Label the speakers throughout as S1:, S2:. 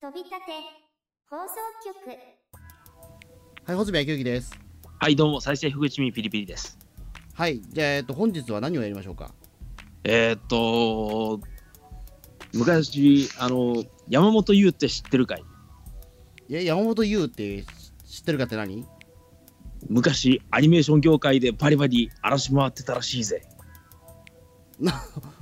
S1: 飛び立て放送局
S2: はい、細部野球儀です。
S3: はい、どうも、再生福一味ピリピリです。
S2: はい、じゃあ、えっと、本日は何をやりましょうか。
S3: えー、っと、昔、あの、山本優って知ってるかい
S2: いや、山本優って知ってるかって何
S3: 昔、アニメーション業界でバリバリ荒らし回ってたらしいぜ。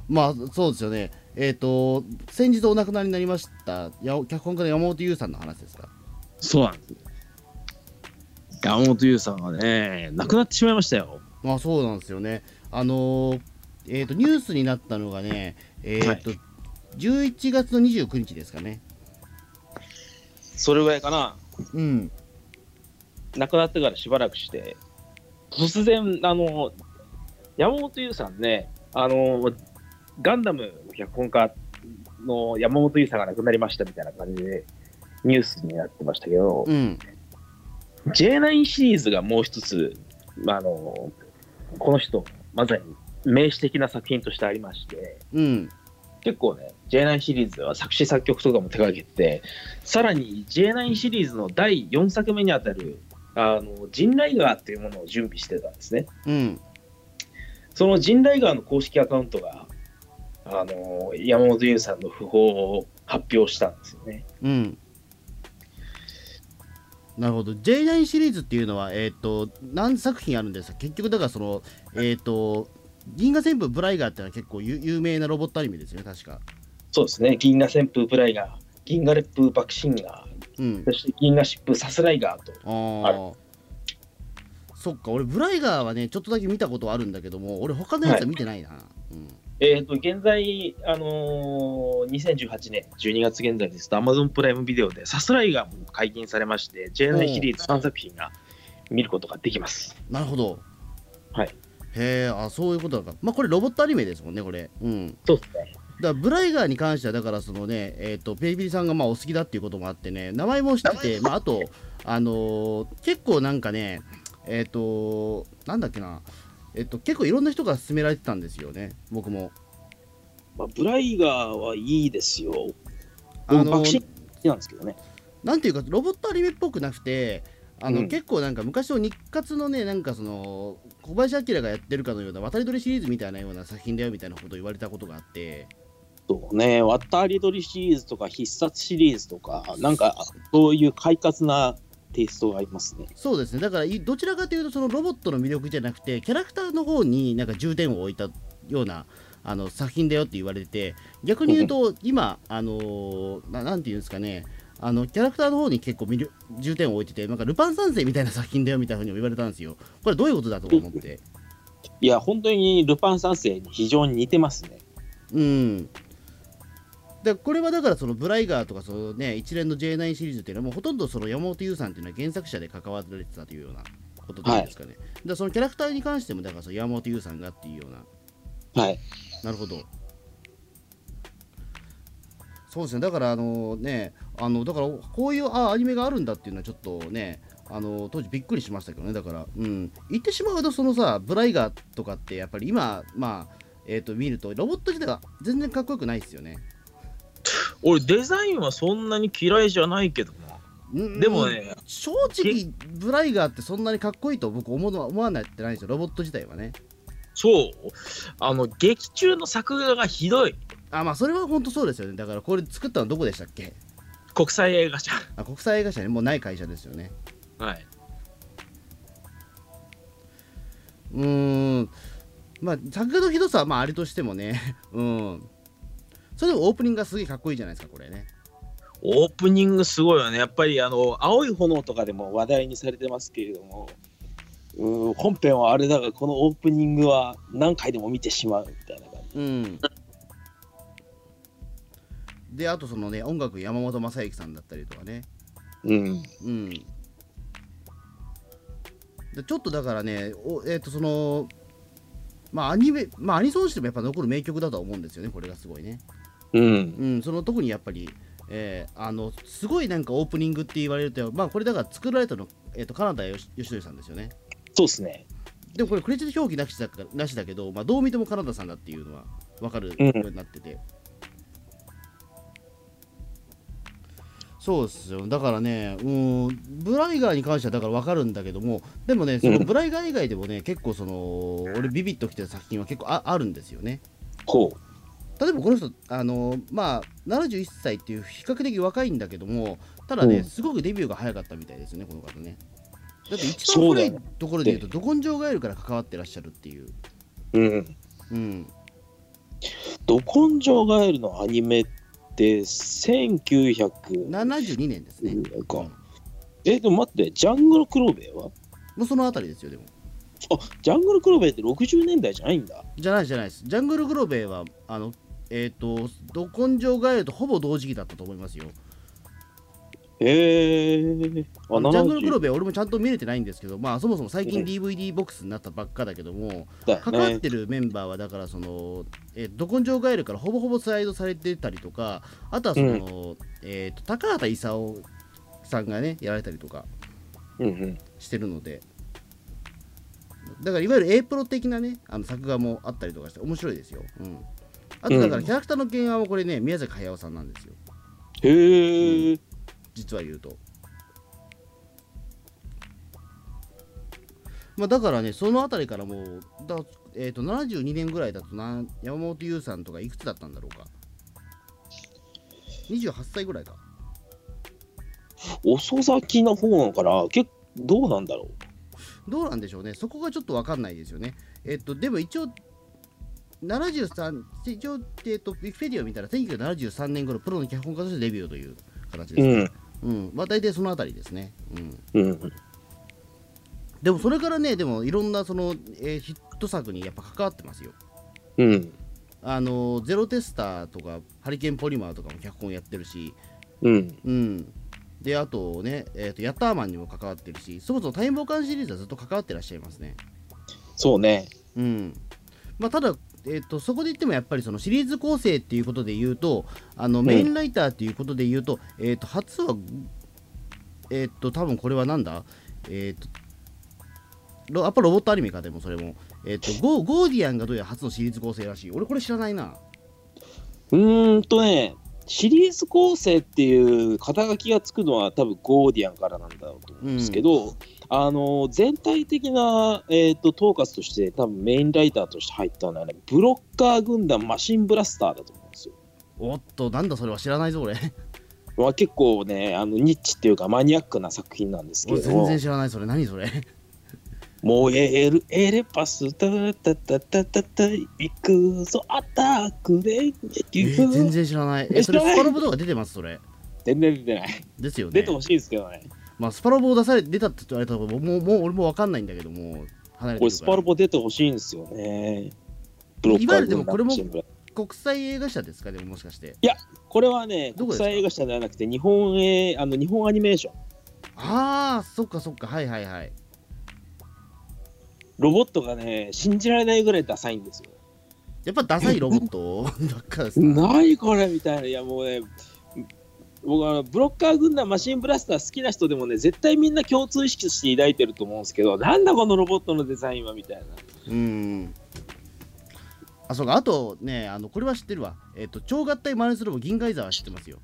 S2: まあ、そうですよね。えっ、と、先日お亡くなりになりました、や脚本家の山本優さんの話ですか。
S3: そうなんです。山本優さんがね、亡くなってしまいましたよ。
S2: まあ、そうなんですよね。あのーえっ、と、ニュースになったのがね、えっ、と、11月の29日ですかね。
S3: それぐらいかな、
S2: うん。
S3: 亡くなってからしばらくして、突然、あの、山本優さんね、あの、ガンダム脚本家の山本優さんが亡くなりましたみたいな感じで、ニュースになってましたけど、
S2: うん。
S3: J9 シリーズがもう一つ、まあ、あのこの人、まさに名手的な作品としてありまして、
S2: うん。
S3: 結構ね、J9 シリーズでは作詞作曲とかも手掛けて、さらに J9 シリーズの第4作目にあたる、あのジンライガーっていうものを準備してたんですね。
S2: うん。
S3: そのジンライガーの公式アカウントが、あの山本優さんの訃報を発表したんですよね。
S2: うん。なるほど J9 シリーズっていうのは、えっと何作品あるんですか結局だからその、えっと銀河旋風ブライガーっていうのは結構有有名なロボットアニメですよね確か、
S3: そうですね、銀河旋風ブライガー、銀河レップ爆心ガー、
S2: うん、
S3: そして銀河シップサスライガーと。
S2: あーそっか俺ブライガーはねちょっとだけ見たことあるんだけども俺他のやつは見てないな、うん、
S3: えー、と現在、あのー2018年12月現在ですと、Amazon プライムビデオでサスライガーも解禁されまして、J9 シリーズ3作品が見ることができます。
S2: なるほど
S3: はい
S2: へえあそういうことなのかまあこれロボットアニメですもんねこれうん
S3: そうですね。
S2: だからブライガーに関してはだからそのねえっ、とペイピリさんがまあお好きだっていうこともあってね名前も知っててまああとあのー結構なんかねえっ、となんだっけなえっ、と結構いろんな人が勧められてたんですよね僕も
S3: まあ、ブライガーはいいですよ。
S2: あのー
S3: 僕爆心好きなんですけどね。
S2: なんていうかロボットアニメっぽくなくてあの、
S3: うん
S2: 結構なんか昔の日活のねなんかその小林明がやってるかのような渡り鳥シリーズみたいなような作品だよみたいなことを言われたことがあって
S3: そうね、渡り鳥シリーズとか必殺シリーズとか、なんかそういう快活なテイストがありますね。
S2: そうですねだからいどちらかというとそのロボットの魅力じゃなくてキャラクターの方になんか重点を置いたようなあの作品だよって言われてて逆に言うと今あのーななんていうんですかねあのキャラクターの方に結構魅力重点を置いててなんかルパン三世みたいな作品だよみたいなふうにも言われたんですよこれどういうことだと思って
S3: いや、本当にルパン三世に非常に似てますね。
S2: うんでこれはだからそのブライガーとかそのね一連の J9 シリーズっていうのはもうほとんどその山本優さんっていうのは原作者で関わられてたというようなことなんですかね、だからそのキャラクターに関してもだからその山本優さんがっていうような
S3: はい。
S2: なるほどそうですねだからあのねあのだからこういうあアニメがあるんだっていうのはちょっとねあの当時びっくりしましたけどねだからうん言ってしまうとそのさブライガーとかってやっぱり今まあえっ、と見るとロボット自体が全然かっこよくないですよね
S3: 俺デザインはそんなに嫌いじゃないけどな
S2: うん
S3: でもね
S2: 正直ブライガーってそんなにかっこいいと僕思うのは思わないってないんですよロボット自体はね
S3: そうあの劇中の作画がひどい
S2: あまあそれは本当そうですよねだからこれ作ったのどこでしたっけ
S3: 国際映画社
S2: あ国際映画社ねもうない会社ですよね
S3: はい、
S2: うーんまあ作画のひどさはまああれとしてもね うんそれでもオープニングがすげえかっこいいじゃないですかこれね
S3: オープニングすごいよねやっぱりあの青い炎とかでも話題にされてますけれどもうーん本編はあれだがこのオープニングは何回でも見てしまうみたいな感じ
S2: うんであとそのね音楽山本昌之さんだったりとかね
S3: うん
S2: うんでちょっとだからねおえっ、とそのまあアニメまあアニソンしてもやっぱ残る名曲だとは思うんですよねこれがすごいね
S3: うん
S2: うん、その特にやっぱり、えーあのすごいなんかオープニングって言われると、まあ、これだから作られたの、えー、と金田よし義則さんですよね。
S3: そうですね
S2: でもこれクレジット表記なしだからなしだけど、まあ、どう見ても金田さんだっていうのは分かる
S3: うん
S2: ようになってて、そうですよだからねうんブライガーに関してはだから分かるんだけどもでもねその
S3: うん
S2: ブライガー以外でもね結構その俺ビビッときてた作品は結構ああるんですよね
S3: ほ
S2: 例えばこの人あのまあ71歳っていう比較的若いんだけどもただね、
S3: うん
S2: すごくデビューが早かったみたいですねこの方ねだって一番
S3: そうだ
S2: 古
S3: よ
S2: いところで言うとど根性ガエルから関わってらっしゃるっていう
S3: う。うん。
S2: うん
S3: ど根性ガエルのアニメって1900。
S2: 72年ですね、
S3: うんか
S2: うん
S3: え、でも待って、ジャングルクローベイは
S2: もうそのあたりですよでも
S3: あジャングルクローベイって60年代じゃないんだ。
S2: じゃないじゃないです。ジャングルグローベイは、あの、えっ、と、ど根性ガエルとほぼ同時期だったと思いますよ。
S3: へえー。あ、
S2: あのジャングルグロー
S3: ー
S2: ベイ、俺もちゃんと見れてないんですけど、まあ、そもそも最近
S3: うん
S2: DVD ボックスになったばっかだけども、
S3: ベイ
S2: 関わってるメンバーは、だから、その、えー、ど根性ガエルからほぼほぼスライドされてたりとか、あとはその、
S3: う
S2: えっ、と、高畑勲さんがね、やられたりとか
S3: うんうん。
S2: してるので、だから、いわゆる A プロ的なね、あの作画もあったりとかして、面白いですよ。うん。あと、だから、
S3: うん
S2: キャラクターの原案はこれね、宮崎駿さんなんですよ。
S3: へえ。
S2: 実は言うと。まあ、だからね、そのあたりからもう、だえー、と72年ぐらいだとな、山本優さんとかいくつだったんだろうか。28歳ぐらいか。
S3: 遅咲きな方なのかな結どうなんだろ
S2: どうなんでしょうね、そこがちょっと分かんないですよね。えっ、と、でも一応、73、一応、えっ、と、ウィキペディアを見たら、1973年頃、プロの脚本家としてデビューという形
S3: う。
S2: です、
S3: うん。
S2: うん。まあ、大体そのあたりですね。うん。
S3: うん。
S2: でもそれからね、でもいろんなその、えーヒット作にやっぱ関わってますよ。
S3: うん。
S2: あのゼロテスターとか、ハリケーンポリマーとかも脚本やってるし、
S3: うん。
S2: うん。で、あとね、えー、とヤッターマンにも関わってるし、そもそもタイムボカンシリーズはずっと関わってらっしゃいますね。
S3: そうね。
S2: うん。まあ、ただ、えー、とそこで言ってもやっぱりそのシリーズ構成っていうことで言うと、あのメインライターっていうことで言うと、えっ、と、初は、えっ、と、多分これはなんだえっ、と、ロやっぱロボットアニメか、でもそれも。えっ、とゴー、ゴーディアンがどうやら初のシリーズ構成らしい。俺これ知らないな。
S3: うーんとね、シリーズ構成っていう肩書きがつくのは多分ゴーディアンからなんだろうと思うんですけど、あの全体的な、えー、と統括として多分メインライターとして入ったのはね、ブロッカー軍団マシンブラスターだと思うんですよ。
S2: おっと、なんだそれは知らないぞ、俺。
S3: まあ、結構ね、あのニッチっていうかマニアックな作品なんですけ
S2: 俺
S3: れど
S2: 全
S3: も
S2: 然、知らない、それ。何それ。
S3: もうエルエレパス、タタタタタタ、行くぞ、アタックで、
S2: えー全然知らない。え、
S3: え
S2: それ
S3: 知らな
S2: ス
S3: い
S2: パロボとか出てます、それ。
S3: 全然出てない。
S2: ですよね。
S3: 出てほしいんですけどね。
S2: まあ、スパロボを出され出たって言われたらもうもうもう俺も分かんないんだけども離れて
S3: こ
S2: る
S3: れス
S2: か
S3: パ
S2: ら
S3: ロボ出てほしいんですよね。ブロッ
S2: い
S3: カ
S2: わゆ
S3: ー
S2: るでも
S3: 軍
S2: これも
S3: 団チームが
S2: 国際映画社ですかでももしかして
S3: これはね、
S2: どこ
S3: 国
S2: ですか
S3: 際映画社ではなくて、日本映、あの日本アニメーション。
S2: ああそっかそっかはいはいはい
S3: ロボットがね、信じられないぐらいダサいんですよ。
S2: やっぱダサいロボット ばっかですな
S3: ないこれみたいな。いやもうね、僕はブロッカー軍団マシンブラスター好きな人でもね、絶対みんな共通意識として抱いてると思うんですけど、なんだこのロボットのデザインはみたいな。
S2: うんあそうかあとねあのこれは知ってるわえっ、と超合体マネするも銀河イザーは知ってますよ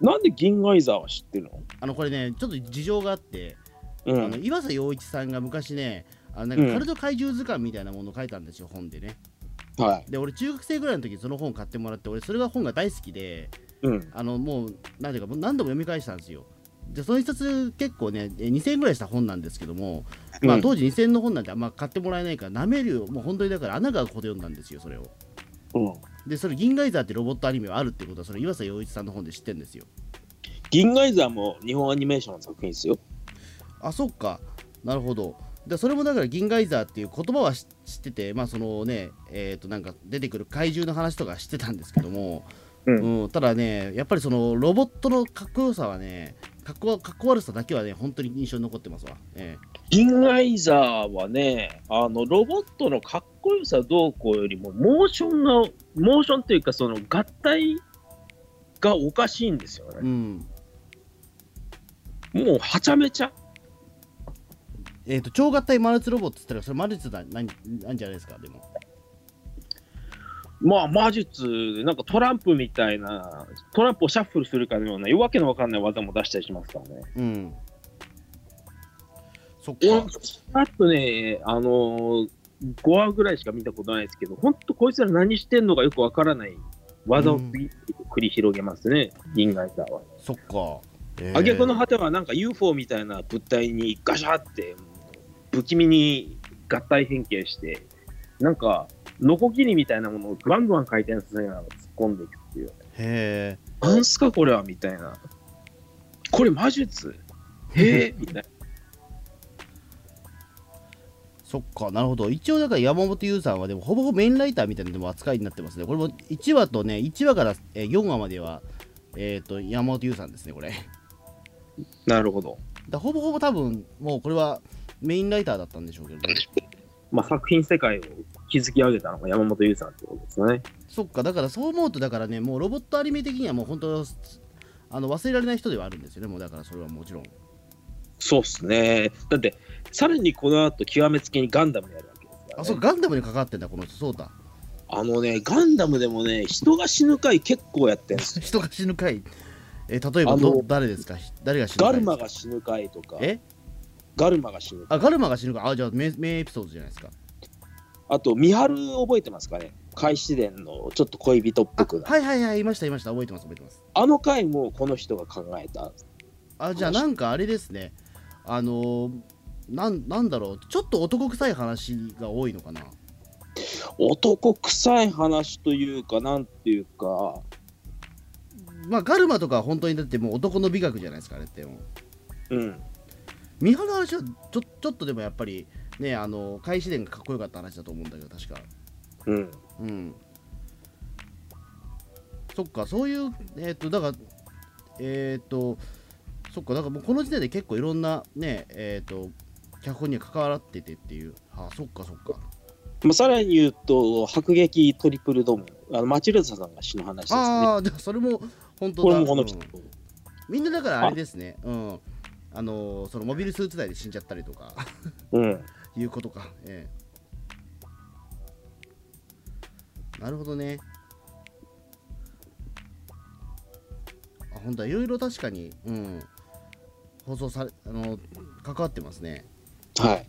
S3: なんで銀河イザーは知ってるの
S2: あのこれねちょっと事情があって、
S3: う
S2: あの
S3: ん。
S2: 岩佐洋一さんが昔ねあのなんかカルト怪獣図鑑みたいなものを書いたんですよ本でね
S3: はい。
S2: で俺中学生ぐらいの時にその本買ってもらって俺それが本が大好きで
S3: うん。
S2: あのもう何ていうかもう何度も読み返したんですよ。でその一冊結構ねえ2000円ぐらいした本なんですけども、まあ、
S3: うん
S2: 当時2000円の本なんてあんま買ってもらえないからなめるよもう本当にだから穴が開くほど読んだんですよそれを
S3: うん
S2: でそれ「銀河イザー」ってロボットアニメがあるってことはそれ岩佐洋一さんの本で知ってるんですよ
S3: 銀河イザーも日本アニメーションの作品ですよ。
S2: あそっかなるほどでそれもだから「銀河イザー」っていう言葉は知知っててまあそのねえっ、となんか出てくる怪獣の話とかは知ってたんですけども、
S3: うん
S2: うん、ただねやっぱりそのロボットのかっこよさはねかっこかっこ悪さだけはね本当に印象に残ってますわ、ええ
S3: 銀河イザーはね、あのロボットのかっこよさどうこうよりも、モーションが、モーションというか、その合体がおかしいんですよね。
S2: うん
S3: もうはちゃめちゃ。
S2: えっと超合体マルチロボットって言ったらそれマルチだなんなんじゃないですかでも
S3: まあ、魔術、なんかトランプみたいな、トランプをシャッフルするかのような、わけのわかんない技も出したりしますからね。
S2: うん。そっ
S3: え
S2: か。
S3: あとね、あのー、5話ぐらいしか見たことないですけど、本当、こいつら何してんのかよくわからない技を次々繰り広げますね、銀河エターは。
S2: そっか。えー
S3: 挙句の果ては、なんか UFO みたいな物体にガシャって、不気味に合体変形して、なんか、ノコギリみたいなものをグワングワン回転させながら突っ込んでいくっていう。
S2: へえ。
S3: なんすかこれはみたいな。これ魔術へえみたいな。
S2: そっか、なるほど。一応、だから山本優さんは、でも、ほぼほぼメインライターみたいなでも扱いになってますね。これも1話とね、1話からえー4話までは、えっ、と、山本優さんですね、これ。だか
S3: なるほど。
S2: らほぼほぼ多分、もうこれはメインライターだったんでしょうけどね。
S3: まあ、作品世界を築き上げたのが山本優さんってことですね。
S2: そっか、だからそう思うと、だからね、もうロボットアニメ的にはもう本当、あの忘れられない人ではあるんですよね、もうだからそれはもちろん。
S3: そうっすね。だって、さらにこの後極めつけにガンダムやるわけですから、ね。
S2: あ、そうか、ガンダムに関わってんだ、この人、そうだ。
S3: あのね、ガンダムでもね、人が死ぬ回結構やってんすよ。
S2: 人が死ぬ回。えー例えば
S3: あ
S2: ど
S3: の、
S2: 誰ですかひ誰が死ぬ
S3: ガ
S2: 回
S3: ルマが死ぬ回とか、
S2: え
S3: ガルマが死ぬ回。
S2: あ、ガルマが死ぬか。あ、じゃあ名、名エピソードじゃないですか。
S3: あと、ミハル覚えてますかね開始伝のちょっと恋人っぽくな。
S2: はいはいはい、いました、いました、覚えてます、覚えてます。
S3: あの回もこの人が考えた。
S2: あ、じゃあ、なんかあれですね。あのーなんなんだろうちょっと男臭い話が多いのかな
S3: 男臭い話というか、なんていうか、
S2: まあガルマとかは本当にだってもう男の美学じゃないですかあれってもう
S3: うん、
S2: 三原の話はちょちょっとでもやっぱりねあの開始伝がかっこよかった話だと思うんだけど確か
S3: うん。
S2: うんそっかそういうえーっ、とだからえーっ、とそっかだからもうこの時点で結構いろんなねえーっ、と脚本には関わっててっていうあそっかそっか
S3: まあ、さらに言うと、迫撃トリプルドーム、あのマチルダさんが死ぬ話ですね。
S2: ああーじゃあそれも本当
S3: これ
S2: だ
S3: もこの
S2: う
S3: 人
S2: ん。みんなだからあれですねうんあのーそのモビルスーツ内で死んじゃったりとか
S3: うん。
S2: いうことかええなるほどねあ本当はいろいろ確かにうん放送されあの関わってますね
S3: はい。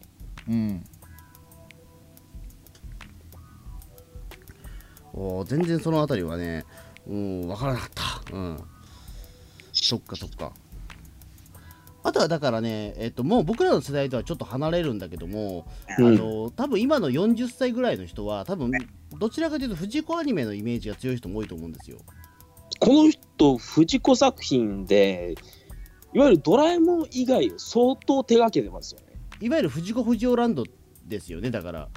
S2: うんおー全然そのあたりはねうん分からなかったうんそっかそっかあとはだからね、えっと、もう僕らの世代とはちょっと離れるんだけども、
S3: うん
S2: あの多分今の40歳ぐらいの人は多分どちらかというと藤子アニメのイメージが強い人も多いと思うんですよ。
S3: この人、藤子作品で、いわゆるドラえもん以外を相当手がけてますよね。
S2: いわゆる藤子不二雄ランドですよねだから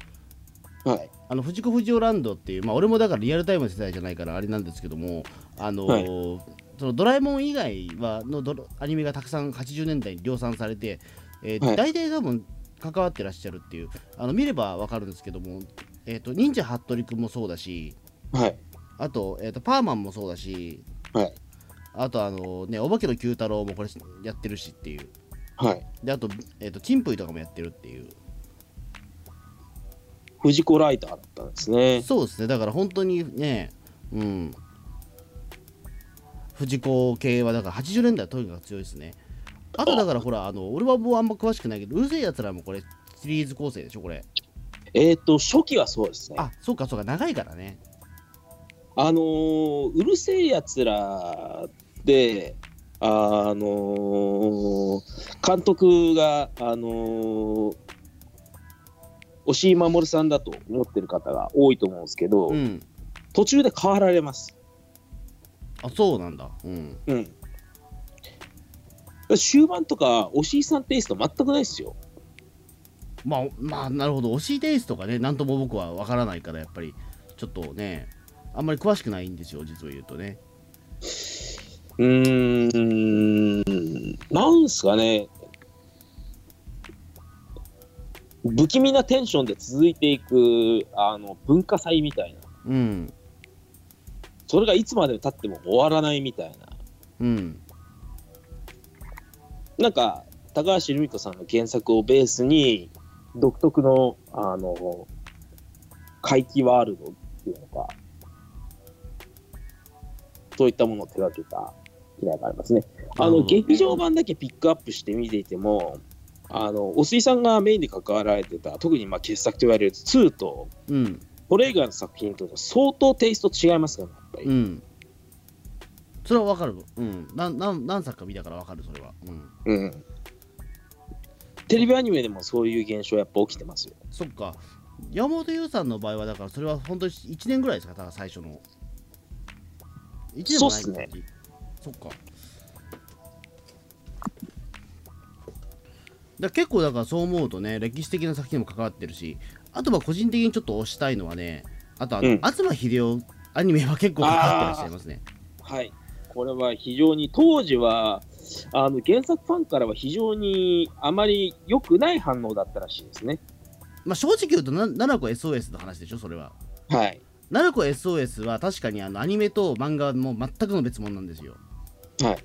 S3: はい。
S2: あの藤子不二雄ランドっていう、まあ、俺もだからリアルタイムの世代じゃないからあれなんですけども、あのーそのドラえもん以外はのドラアニメがたくさん80年代に量産されて、えー
S3: はい
S2: 大体多分関わってらっしゃるっていうあの見れば分かるんですけども、えー、と忍者ハットリくんもそうだし
S3: はい。
S2: あと,、えー、とパーマンもそうだし
S3: はい。
S2: あとあのねお化けの Q 太郎もこれやってるしっていう
S3: はい。
S2: であと,、えー、とチンプイとかもやってるっていう
S3: 藤子ライターだったんですね。
S2: そうですね、だから本当にね、うん、藤子系はだから80年代はとにかく強いですね。あとだからほら、あの俺はもうあんま詳しくないけど、うるせえやつらもこれ、シリーズ構成でしょ、これ。
S3: えっ、と、初期はそうですね。あ
S2: あそうかそうか、長いからね。
S3: のーうるせえやつらで、あのー監督が、あのー、押井守さんだと思ってる方が多いと思うんですけど、
S2: うん。
S3: 途中で変わられます。
S2: あそうなんだ。うん。
S3: うん。終盤とか、押井さんテイスト全くないですよ。
S2: まあ、まあ、なるほど、推しデイスとかね、なんとも僕はわからないから、やっぱり、ちょっとね、あんまり詳しくないんですよ、実を言うとね。
S3: うーん、なんすかね。不気味なテンションで続いていくあの文化祭みたいな、
S2: うん。
S3: それがいつまでたっても終わらないみたいな、
S2: うん。なん
S3: なんか高橋留美子さんの原作をベースに、独特のあの怪奇ワールドっていうのか、そういったものを手掛けた機内がありますね。
S2: な
S3: あ
S2: る
S3: の
S2: ほど
S3: 劇場版だけピックアップして見ていても、あのおすいさんがメインで関わられてた、特にまあ傑作と言われる2と、
S2: うん
S3: これ以外の作品と相当テイスト違いますからね、やっぱり。
S2: うんそれはわかるうんなんなん何作か見たからわかるそれはうん
S3: うんテレビアニメでもそういう現象やっぱ起きてますよ。
S2: そっか山本優さんの場合はだからそれは本当に1年ぐらいですかただ最初の1年もない
S3: そうっすね
S2: 感じそっかだ結構だからそう思うとね歴史的な作品にも関わってるしあとは個人的にちょっと推したいのはねあとあの、
S3: うん
S2: 東秀夫アニメは結構関わってらっしゃいますね
S3: はい。これは非常に当時はあの原作ファンからは非常にあまり良くない反応だったらしいですね。
S2: まあ正直言うとな奈良子 SOS の話でしょそれは
S3: はい。
S2: 奈良子 SOS は確かにあのアニメと漫画はもう全くの別物なんですよ
S3: はい。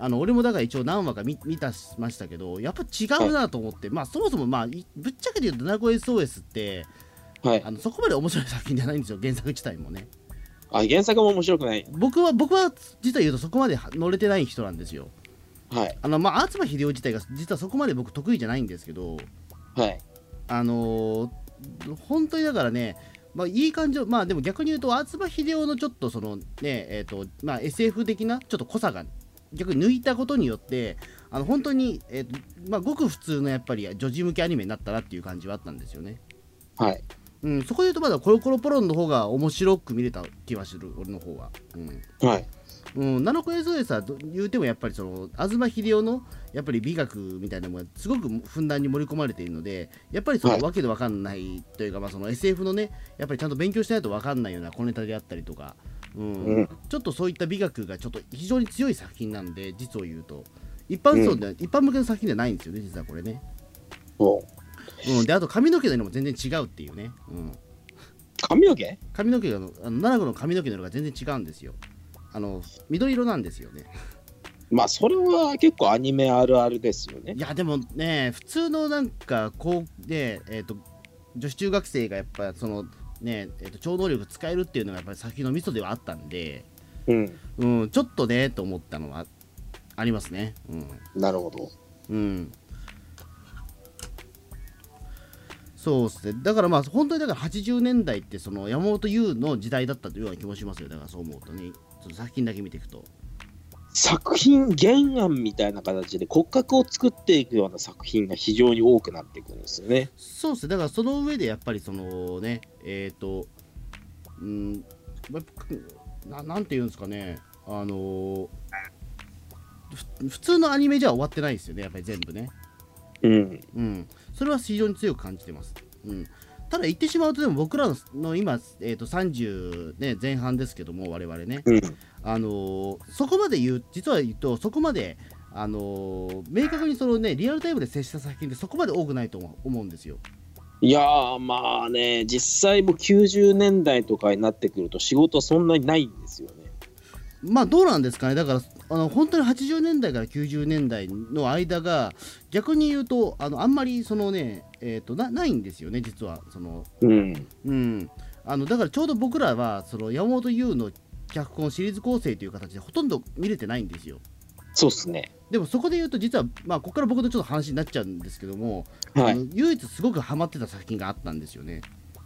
S2: あの俺もだから一応何話か見見たしましたけどやっぱ違うなと思って、まあそもそもまあいぶっちゃけて言うと「ナゴ SOS」って
S3: はい。
S2: あのそこまで面白い作品じゃないんですよ原作自体もね
S3: あ、原作も面白くない。
S2: 僕は僕は実は言うとそこまで乗れてない人なんですよ
S3: はい。
S2: あのまあ東秀夫自体が実はそこまで僕得意じゃないんですけど
S3: はい。
S2: あのー本当にだからねまあいい感じのまあでも逆に言うと東秀夫のちょっとそのねえーとまあ SF 的なちょっと濃さが逆に抜いたことによってあの本当に、えーとまあ、ごく普通のやっぱり女児向けアニメになったなっていう感じはあったんですよね。
S3: はい。
S2: うん、そこで言うとまだコロコロポロンの方が面白く見れた気はする俺の方は。うん
S3: はい。
S2: うん、ナノコエゾエさ言うてもやっぱりその東秀夫のやっぱり美学みたいなものがすごくふんだんに盛り込まれているのでやっぱりその
S3: はい
S2: わけでわかんないというか、まあ、その SF のねやっぱりちゃんと勉強しないとわかんないような小ネタであったりとか、うん
S3: うん
S2: ちょっとそういった美学がちょっと非常に強い作品なんで実を言うと一般層では、一般向けの作品じゃないんですよね実はこれね、
S3: そう。
S2: うん、であと髪の毛の色も全然違うっていうね、うん、
S3: 髪の毛
S2: 髪の毛があの奈良子の髪の毛の色が全然違うんですよあの緑色なんですよね
S3: まあ、それは結構アニメあるあるですよね
S2: い。やでもね普通のなんかこうで、えー、と女子中学生がやっぱそのね、えー、と超能力使えるっていうのがやっぱり先のミソではあったんで、
S3: うん。
S2: うん、ちょっとねと思ったのはありますねうん、
S3: なるほど。
S2: うん、そうですねだからまあ本当にだから80年代ってその山本優の時代だったというような気もしますよだからそう思うとねその作品だけ見ていくと
S3: 作品原案みたいな形で骨格を作っていくような作品が非常に多くなっていくんですよね。
S2: そうですね、だからその上でやっぱりそのね、えっ、と、うん、やっぱななんていうんですかね、あのーふ普通のアニメじゃ終わってないですよね、やっぱり全部ね。
S3: うん。
S2: うん、それは非常に強く感じてます。うん、ただ言ってしまうと、でも僕らの今、えー、と30、ね、前半ですけども、我々ね、
S3: うん。
S2: あのーそこまで言う、実は言うと、そこまで、あのー明確にそのね、リアルタイムで接した作品ってそこまで多くないと思う思うんですよ。
S3: いやー、まあね、実際もう90年代とかになってくると仕事そんなにないんですよね。
S2: まあどうなんですかね、だからあの本当に80年代から90年代の間が、逆に言うと、あのあんまりそのね、えー、となないんですよね、実は。その
S3: うん。
S2: うん、あのだからちょうど僕らはその山本優の脚本シリーズ構成という形でほとんど見れてないんですよ。
S3: そうっすね。
S2: でもそこで言うと、実は、まあ、ここから僕のちょっと話になっちゃうんですけども、
S3: は
S2: あ
S3: い。
S2: の唯一すごくハマってた作品があったんですよね、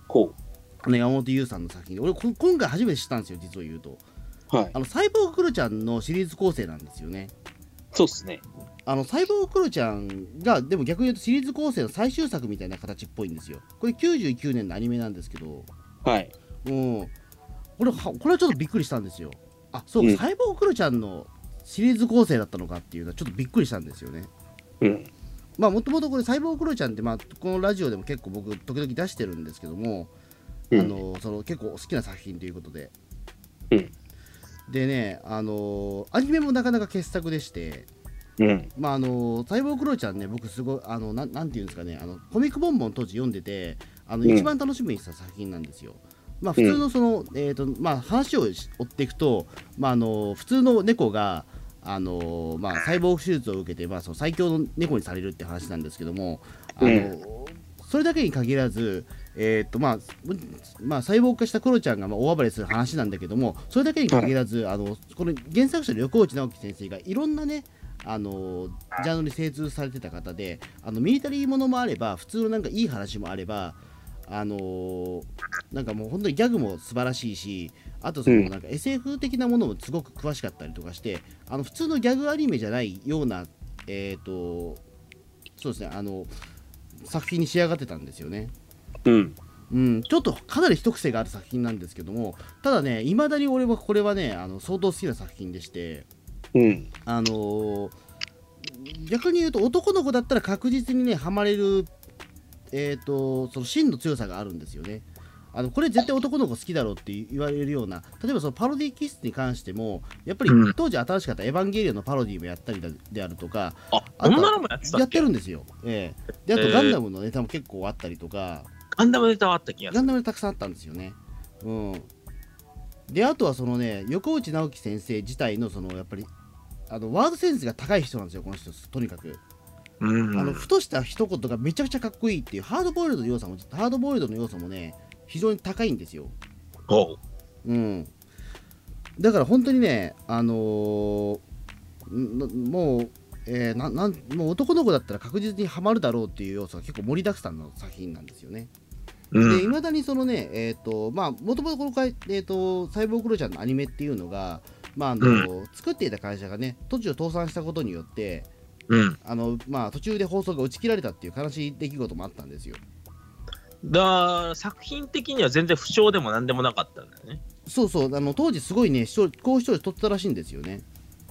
S3: こ
S2: あの山本優さんの作品で、俺、こ今回初めて知ったんですよ、実を言うと。
S3: う。はい
S2: あ。のサイボーグクロちゃんのシリーズ構成なんですよね。
S3: そうっすね。
S2: あのサイボーグクロちゃんがでも逆に言うとシリーズ構成の最終作みたいな形っぽいんですよこれ99年のアニメなんですけど
S3: はい。
S2: うんこれはこれはちょっとびっくりしたんですよあそうか、
S3: うん
S2: サイボーグクロちゃんのシリーズ構成だったのかっていうのはちょっとびっくりしたんですよね
S3: うん。
S2: まあもともとこれサイボーグクロちゃんって、まあ、このラジオでも結構僕時々出してるんですけども、
S3: うん
S2: あのその結構好きな作品ということで、
S3: うん
S2: でねあのアニメもなかなか傑作でして
S3: うん。
S2: まああのサイボーグローちゃんね、僕すごいあのなんなんていうんですかね、あのコミックボンボン当時読んでて、あの
S3: うん
S2: 一番楽しみにした作品なんですよ。まあ普通のその、えっ、とまあ話をし追っていくと、まああの普通の猫があのまあ細胞手術を受けてまあその最強の猫にされるって話なんですけども、あの、
S3: う
S2: それだけに限らず、えーっとまあまあ、細胞化したクロちゃんがまあ大暴れする話なんだけどもそれだけに限らず、あのこの原作者の横内直樹先生がいろんなねあのジャンルに精通されてた方であのミリタリーものもあれば普通のなんかいい話もあればあのーなんかもう本当にギャグも素晴らしいしあとそ
S3: うん
S2: のなんか SF 的なものもすごく詳しかったりとかしてあの普通のギャグアニメじゃないようなえっ、とそうですねあの作品に仕上がってたんですよね。
S3: うん。
S2: うん、ちょっとかなり一癖がある作品なんですけどもただねいまだに俺はこれはねあの相当好きな作品でして
S3: うん。
S2: あのー逆に言うと男の子だったら確実にねハマれるえっ、とその芯の強さがあるんですよねあのこれ絶対男の子好きだろうって言われるような例えばそのパロディキスに関してもやっぱり
S3: うん
S2: 当時新しかった「エヴァンゲリオン」のパロディもやったりだであるとか
S3: あ、
S2: あと
S3: 女の子もやってた
S2: や
S3: っ
S2: っ
S3: け
S2: てるんですよ、ええであ
S3: え
S2: と
S3: ー
S2: ガンダムのネタも結構あったりとか、
S3: ガンダムネタはあった気がす
S2: ガ
S3: る。
S2: ンダムでたくさんあったんですよね。うん、であとはそのね横内直樹先生自体のそのやっぱりあのワードセンスが高い人なんですよこの人とにかく、
S3: うん。
S2: あのふとした一言がめちゃくちゃかっこいいっていうハードボイルドの要素もハードボイルドの要素もね非常に高いんですよ。
S3: おう
S2: うん、だから本当にね、あのーんもう,、えーななんもう男の子だったら確実にはまるだろうっていう要素が結構盛りだくさんの作品なんですよね。
S3: う
S2: で、い
S3: ん。
S2: まだにそのね、えっ、と、まあ、もともとこのかい、えっ、と、サイボーグロちゃんのアニメっていうのが、まあ、あの、作っていた会社がね、途中倒産したことによって、
S3: うん。
S2: あの、まあ、途中で放送が打ち切られたっていう悲しい出来事もあったんですよ。
S3: だから作品的には全然不詳でも何でもなかったんだよね。
S2: そうそう、あの、当時すごいね、視聴高視聴率取ってたらしいんですよね。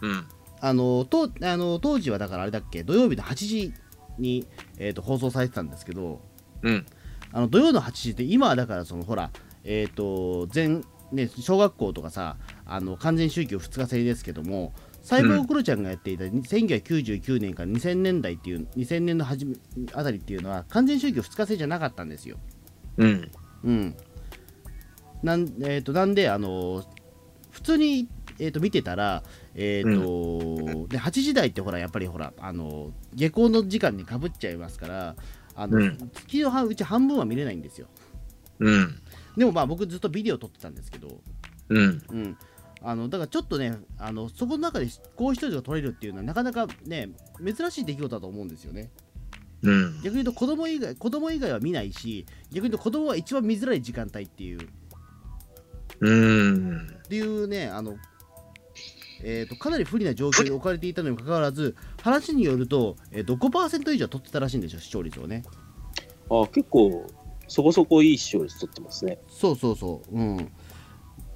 S3: うん。
S2: あの、とあの当時はだからあれだっけ、土曜日の8時に、えー、と放送されてたんですけど、
S3: うん。
S2: あの土曜の8時って今はだからそのほらえっ、と全ね小学校とかさあの完全宗教2日制ですけども細胞クロちゃんがやっていた1999年から2000年代っていう2000年の初めあたりっていうのは完全宗教2日制じゃなかったんですよ。
S3: うん。
S2: うん。なん,、えー、となんで、あの普通に、えー、と見てたら、えーとで8時台ってほらやっぱりほら、あの下校の時間にかぶっちゃいますからあの、
S3: うん
S2: 月の半うち半分は見れないんですよ。
S3: うん。
S2: でもまあ僕ずっとビデオ撮ってたんですけど、
S3: うん。
S2: うん、あのだからちょっとねあのそこの中で高視聴率が取れるっていうのはなかなかね珍しい出来事だと思うんですよね。
S3: うん。
S2: 逆に言うと子供以外子供以外は見ないし逆に言うと子供は一番見づらい時間帯っていう
S3: うん。
S2: っていうねあの、えー、とかなり不利な状況に置かれていたのにもかかわらず話によると,、えー、と5%以上取ってたらしいんですよ視聴率をね
S4: あ結構そこそこいい視聴率取ってますね。
S2: そうそうそううん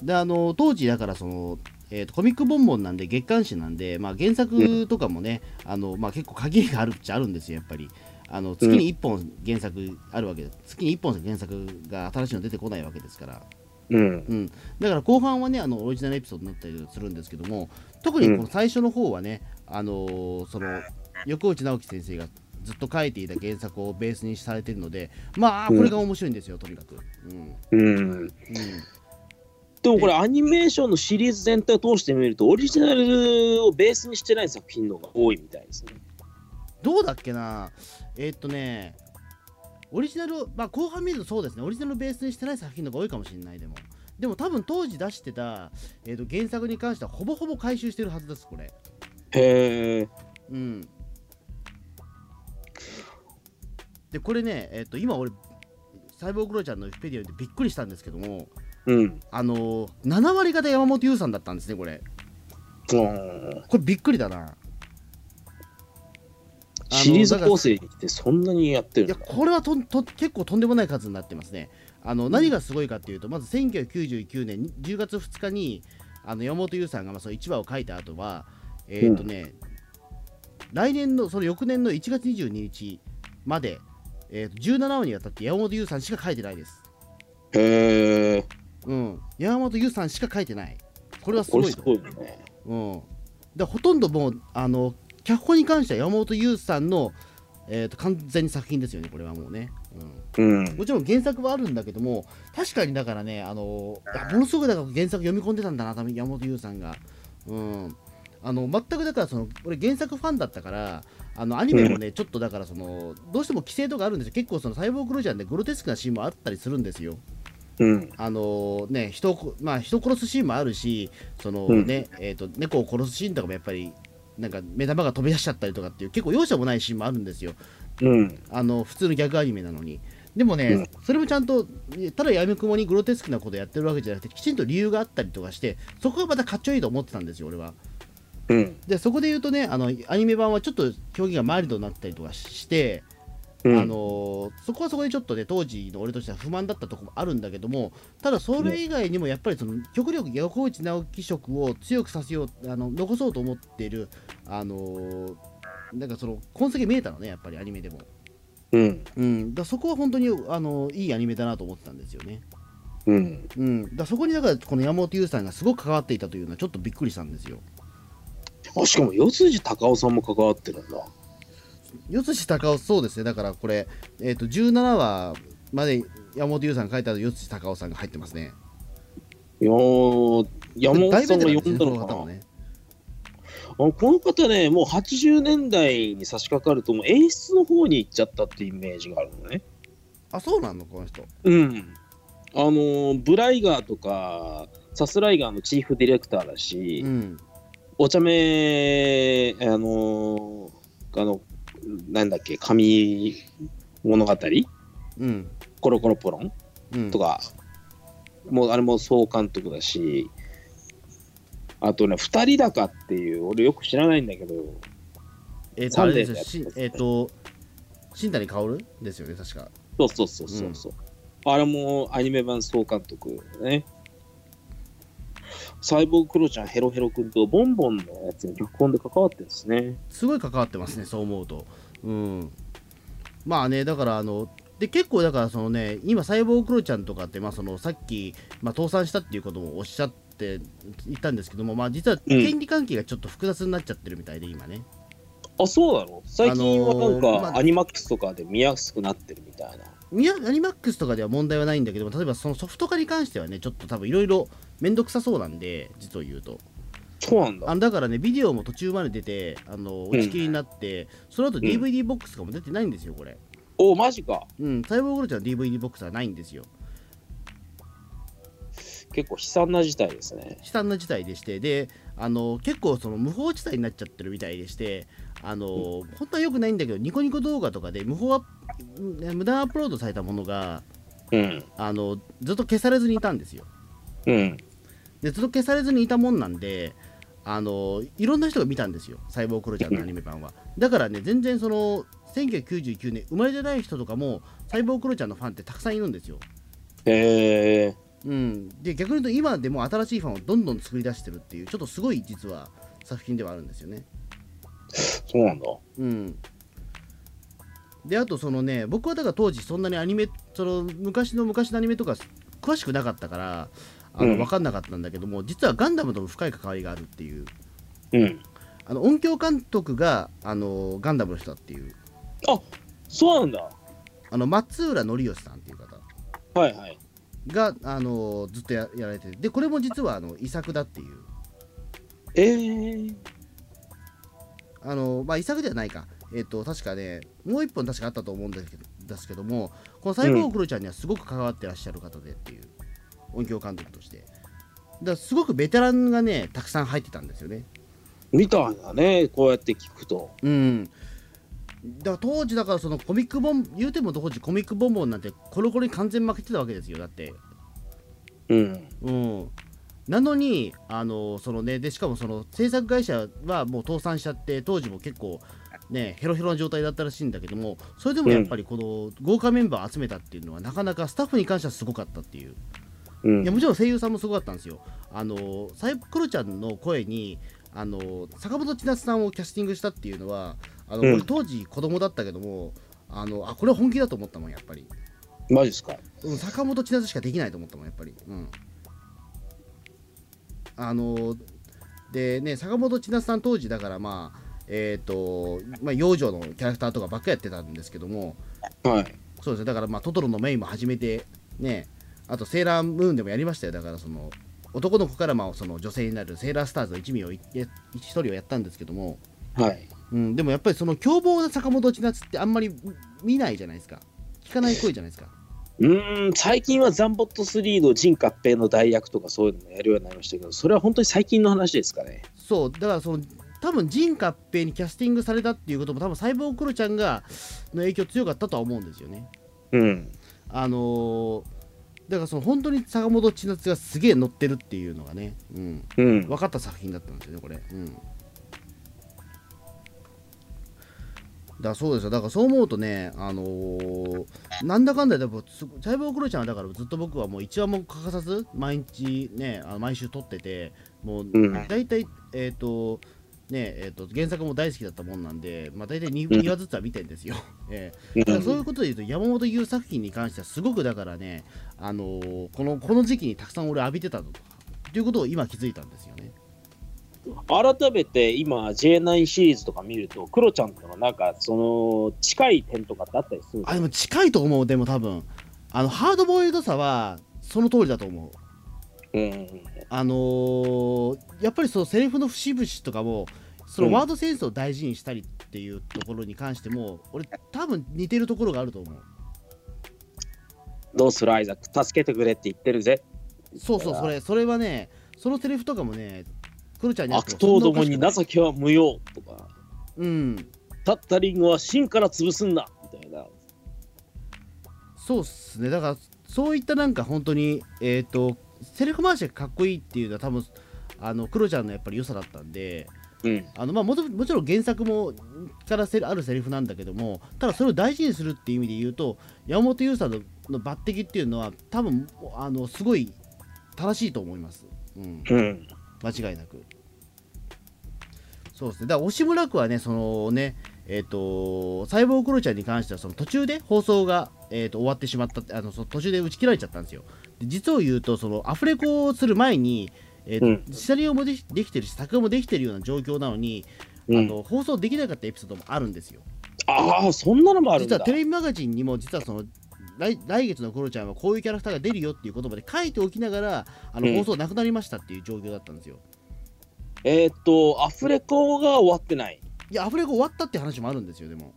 S2: であの当時だからそのえー、とコミックボンボンなんで月刊誌なんで、まあ、原作とかもね、あのまあ、結構限りがあるっちゃあるんですよやっぱりあの月に1本原作あるわけで月に1本原作が新しいの出てこないわけですから
S4: うん。
S2: うん、だから後半はねあのオリジナルエピソードになったりするんですけども特にこの最初の方はね、あのーその横内直樹先生がずっと書いていた原作をベースにされてるのでまあこれが面白いんですよ、とにかく、うん
S4: うん。でもこれアニメーションのシリーズ全体を通してみるとオリジナルをベースにしてない作品の方が多いみたいですね。
S2: どうだっけなえーっとねオリジナルを、まあ、後半見るとそうですねオリジナルをベースにしてない作品の方が多いかもしれないでもでも多分当時出してた、えーっと原作に関してはほぼほぼ回収してるはずですこれ
S4: へえ。
S2: うん。で、これね、えっ、と、今俺、サイボーグロイちゃんのウィキペディアでびっくりしたんですけども、
S4: うん。
S2: あのー、7割方山本優さんだったんですね、これ。
S4: うん
S2: これびっくりだな。
S4: シリーズ
S2: あのだから
S4: 構成ってそんなにやってる
S2: いや
S4: の
S2: これはとんと結構とんでもない数になってますね。あの何がすごいかっていうと、まず1999年10月2日にあの山本優さんがまあその1話を書いた後は、えっ、とね、来年のその翌年の1月22日まで、えー、と17話にわたって山本優さんしか書いてないです。
S4: へえ。
S2: うん、山本優さんしか書いてない。これはす
S4: こ
S2: ご
S4: れ
S2: い
S4: す
S2: と。
S4: ごいね。
S2: うん、でほとんどもうあの脚本に関しては山本優さんの、えー、と完全に作品ですよね、これはもうね。うん
S4: うん。
S2: もちろん原作はあるんだけども、確かにだからね、あのいやものすごくだから原作読み込んでたんだな、多分山本優さんが。うん、あの全くだからその俺原作ファンだったからあのアニメもね、ちょっとだからそのどうしても規制とかあるんですよ結構そのサイボーグロジャーでグロテスクなシーンもあったりするんですよ
S3: うん。
S2: あのね人をこ、まあ、人を殺すシーンもあるしその、
S3: うん
S2: ねえー、と猫を殺すシーンとかもやっぱりなんか目玉が飛び出しちゃったりとかっていう結構容赦もないシーンもあるんですよ
S3: うん。
S2: あの普通のギャグアニメなのにでもね、
S3: うん
S2: それもちゃんとただやみくもにグロテスクなことやってるわけじゃなくてきちんと理由があったりとかしてそこがまたかっちょいいと思ってたんですよ俺は
S3: うん。
S2: でそこで言うとねあのアニメ版はちょっと表現がマイルドになったりとかして、
S3: うん。
S2: あのーそこはそこでちょっとね当時の俺としては不満だったところもあるんだけどもただそれ以外にもやっぱりその極力横内直樹色を強くさせようあの残そうと思っているあのーなんかその痕跡見えたのねやっぱりアニメでも
S3: うん。
S2: うん、だからそこは本当にあのいいアニメだなと思ってたんですよね。
S3: うん。
S2: うん、だからそこにだからこの山本優さんがすごく関わっていたというのはちょっとびっくりしたんですよ。
S3: あ、しかも、四辻高尾さんも関わってるんだ。
S2: 四つ高尾そうですねだからこれ、えー、と17話まで山本優さんが書いてある四つ高尾さんが入ってますね。
S3: いやー、山本さんが
S2: 大ベテラン
S3: 呼んだ
S2: ですねこ
S3: の
S2: の
S3: か
S2: 方
S3: な
S2: も。ね。
S3: あこの方ね、もう80年代に差し掛かると、もう演出の方に行っちゃったってイメージがあるのね。
S2: あそうなのこの人。
S3: うん。あのーブライガーとか、サスライガーのチーフディレクターだし、
S2: うん、
S3: お茶目、あのーあの、なんだっけ、神物語
S2: うん、
S3: コロコロポロン
S2: うん。
S3: とか、もうあれも総監督だし、あとね、二人高っていう、俺よく知らないんだけど、
S2: えっ、とあれです
S3: サンデーのや
S2: よ
S3: つ
S2: しえっ、と新谷薫ですよね確か。
S3: そうそうそうそうそう、あれもアニメ版総監督ね。サイボーグクロちゃん、ヘロヘロ君とボンボンのやつに脚本で関わってるんですね。
S2: すごい関わってますねそう思うとうんまあねだからあので結構だからそのね今サイボーグクロちゃんとかって、まあ、そのさっき、まあ、倒産したっていうこともおっしゃっていたんですけども、まあ、実は
S3: うん
S2: 権利関係がちょっと複雑になっちゃってるみたいで今ね
S3: あ、そうなの最近はなん
S2: あのーま
S3: か、
S2: あ
S3: アニマックスとかで見やすくなってるみたいな。
S2: ミヤアニマックスとかでは問題はないんだけども例えばそのソフト化に関してはねちょっと多分いろいろ面倒くさそうなんで実を言うと
S3: そうなんだ。
S2: あだからねビデオも途中まで出てあの打ち切りになって、その後 DVD ボックスとかも出てないんですよこれ
S3: おマジか。
S2: うんサイボーグクロちゃんの DVD ボックスはないんですよ
S3: 結構悲惨な事態ですね。
S2: 悲惨な事態でしてであの結構その無法地帯になっちゃってるみたいでしてあの、本当は良くないんだけどニコニコ動画とかで無法アップ無無断アップロードされたものが
S3: うん。
S2: あのずっと消されずにいたんですよ
S3: うん。
S2: でずっと消されずにいたもんなんであのいろんな人が見たんですよサイボーグクロちゃんのアニメ版はだからね全然その1999年生まれてない人とかもサイボーグクロちゃんのファンってたくさんいるんですよ
S3: へえ。
S2: うん、で逆に言うと今でも新しいファンをどんどん作り出してるっていうちょっとすごい実は作品ではあるんですよね。
S3: そうなんだ。
S2: うん、であとそのね僕はだから当時そんなにアニメその昔の昔のアニメとか詳しくなかったからあの、
S3: うん
S2: 分かんなかったんだけども実はガンダムとも深い関わりがあるっていう
S3: うん。
S2: あの音響監督があのガンダムの人だっていう
S3: そうなんだ。
S2: あの松浦紀義さんっていう方
S3: はいはい。
S2: があのずっとややられててでこれも実はあの遺作だっていう。
S3: ええ。
S2: あのまあ、遺作ではないか、えっと確かね、もう一本確かあったと思うんですけどですけども、このサイボーグクロちゃんにはすごく関わってらっしゃる方でっていう、音響監督として。だからすごくベテランがね、たくさん入ってたんですよね。
S3: みたいなね、こうやって聞くと。
S2: うん。だから当時、だからそのコミックボン、言うても当時コミックボンボンなんてコロコロに完全負けてたわけですよ、だって。
S3: うん。
S2: うん。なのに、あのそのね、でしかもその制作会社はもう倒産しちゃって、当時も結構、ね、ヘロヘロな状態だったらしいんだけども、それでもやっぱりこの豪華メンバーを集めたっていうのは、なかなかスタッフに関してはすごかったっていう、
S3: うん
S2: いやもちろん声優さんもすごかったんですよ、あのサイクロちゃんの声に、あの坂本千夏さんをキャスティングしたっていうのは、あの
S3: うん
S2: 俺当時、子供だったけども、あのあこれは本気だと思ったもん、やっぱり。
S3: マジですか。
S2: うん坂本千夏しかできないと思ったもんやっぱり、うん、あのでね坂本千夏さん当時だからまあえっ、と、まあ、幼女のキャラクターとかばっかやってたんですけども
S3: はい。
S2: そうですねだからまあトトロのメインも始めてねあとセーラームーンでもやりましたよだからその男の子からまあその女性になるセーラースターズの一味をいや一人をやったんですけども、
S3: はい。
S2: うん、でもやっぱりその凶暴な坂本千夏ってあんまり見ないじゃないですか聞かない声じゃないですか
S3: うーん、最近はザンボット3の陣合平の代役とかそういうのもやるようになりましたけど、それは本当に最近の話ですかね。
S2: そうだからその多分陣カッペにキャスティングされたっていうことも多分サイボーグクロちゃんがの影響強かったとは思うんですよね
S3: うん。
S2: あのーだからその本当に坂本千夏がすげえ乗ってるっていうのがね、うん、
S3: うん。
S2: 分かった作品だったんですよねこれうんだそうですよだからそう思うとねあのーなんだかんだでもすごいチャイボークロちゃんはだからずっと僕はもう1話も欠かさず毎日ねあの毎週撮っててもう
S3: うん
S2: 大体、えっ、とねえー、と原作も大好きだったもんなんで、まあ、大体 2, 2話ずつは見てんですよ、 ええだからそういうことで言うと山本優作品に関してはすごくだからね、あのーこのこの時期にたくさん俺浴びてたとかっていうことを今気づいたんですよね。
S3: 改めて今 J9 シリーズとか見るとクロちゃんとのなんかその近い点とかってあったりするんで
S2: あ
S3: す
S2: で
S3: か
S2: も近いと思うでも多分あのハードボイルドさはその通りだと思う。
S3: うん
S2: あのーやっぱりそのセリフの節々とかもそのワードセンスを大事にしたりっていうところに関しても俺多分似てるところがあると思う。
S3: どうするアイザック助けてくれって言ってるぜ
S2: そうそうそれそれはねそのセリフとかもねクロちゃんにあっても
S3: 悪党どもに
S2: そんなおかしく
S3: 情けは無用とか
S2: ないうん
S3: 立ったリンゴは芯から潰すんだみたいな
S2: そうっすねだからそういったなんか本当にえっ、とセリフ回しがかっこいいっていうのは多分あのクロちゃんのやっぱり良さだったんで
S3: うん
S2: あのまあもともちろん原作もからせあるセリフなんだけどもただそれを大事にするっていう意味で言うと山本優さんのの抜擢っていうのは多分あのすごい正しいと思います、うん、
S3: うん
S2: 間違いなくそうですねだから押村区はねそのねえっ、とサイボーグクロちゃんに関してはその途中で放送が、えー、と終わってしまったってあのその途中で打ち切られちゃったんですよで実を言うとそのアフレコをする前に、えーと
S3: うん
S2: シナリオもできできてるし作画もできてるような状況なのに、
S3: う
S2: あ
S3: ん
S2: の放送できなかったエピソードもあるんですよ
S3: ああそんなのもあるん
S2: 実
S3: だ
S2: はテレビマガジンにも実はその来来月のクロちゃんはこういうキャラクターが出るよっていうことまで書いておきながらあの
S3: うん
S2: 放送なくなりましたっていう状況だったんですよ、
S3: えーっとアフレコが終わってない
S2: いや、アフレコ終わったって話もあるんですよ、でも。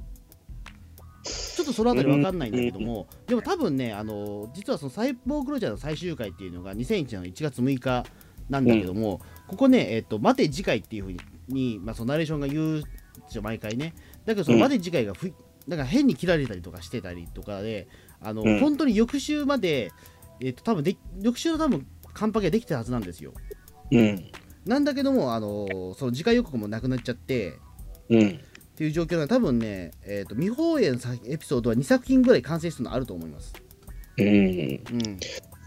S2: ちょっとそのあたりわかんないんだけども、でも多分ね、あの実はそのサイボーグロジャーの最終回っていうのが2001年の1月6日なんだけども、ここね、えっと、待て次回っていうふうにに、まあ、そのナレーションが言うんですよ、毎回ね。だけど、その
S3: うん
S2: 待て次回がふい、なんか変に切られたりとかしてたりとかで、あの
S3: うん
S2: 本当に翌週まで、えっと、多分で翌週の多分、カンパケができてたはずなんですよ。
S3: うん
S2: なんだけども、あのその次回予告もなくなっちゃって、
S3: うん
S2: っていう状況なので多分ね、えー、と未放映の作エピソードは2作品ぐらい完成するのあると思います。
S3: うん
S2: うん、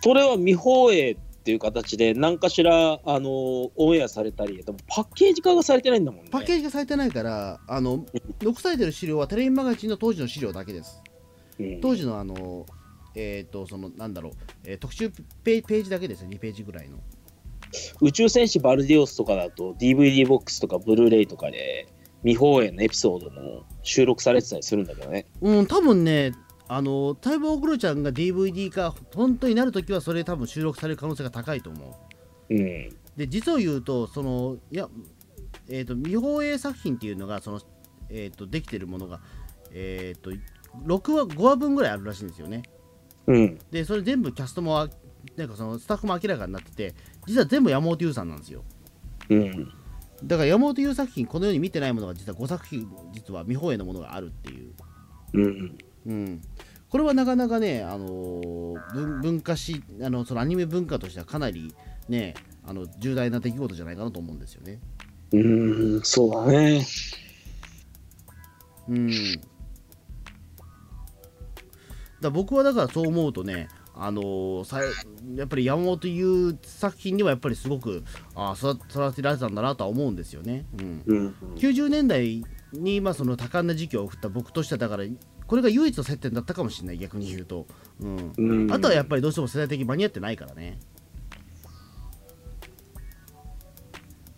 S3: それは未放映っていう形で何かしらあのオンエアされたりでもパッケージ化がされてないんだもんね
S2: パッケージがされてないからあの残されてる資料はテレビマガジンの当時の資料だけです。
S3: うん
S2: 当時のあのえっ、とそのなんだろう、えー特集ペページだけですよ2ページぐらいの。
S3: 宇宙戦士バルディオスとかだと DVD ボックスとかブルーレイとかで未放映のエピソードも収録されてたりするんだけどね
S2: うん多分ねあのタイボーグロちゃんが DVD 化本当になるときはそれ多分収録される可能性が高いと思う。
S3: うん
S2: で実を言うとそのいや、えー、と未放映作品っていうのがその、えー、とできてるものが、えー、と6話5話分ぐらいあるらしいんですよね
S3: うん
S2: でそれ全部キャストもあなんかそのスタッフも明らかになってて実は全部山本優さんなんですよ
S3: うん
S2: だから山本優作品このように見てないものが実は5作品実は未放映のものがあるっていう、
S3: うん
S2: うん、これはなかなかね、あのー文文化史あのそのアニメ文化としてはかなりねあの重大な出来事じゃないかなと思うんですよね
S3: うんそうだね
S2: うん、だ僕はだからそう思うとね、あのーさやっぱり山本優作品にはやっぱりすごくあー育育てられたんだなとは思うんですよね。うん、
S3: うん
S2: 90年代に、まあ、その多感な時期を送った僕としてはだからこれが唯一の接点だったかもしれない逆に言うと、うん、
S3: うん
S2: あとはやっぱりどうしても世代的に間に合ってないからね。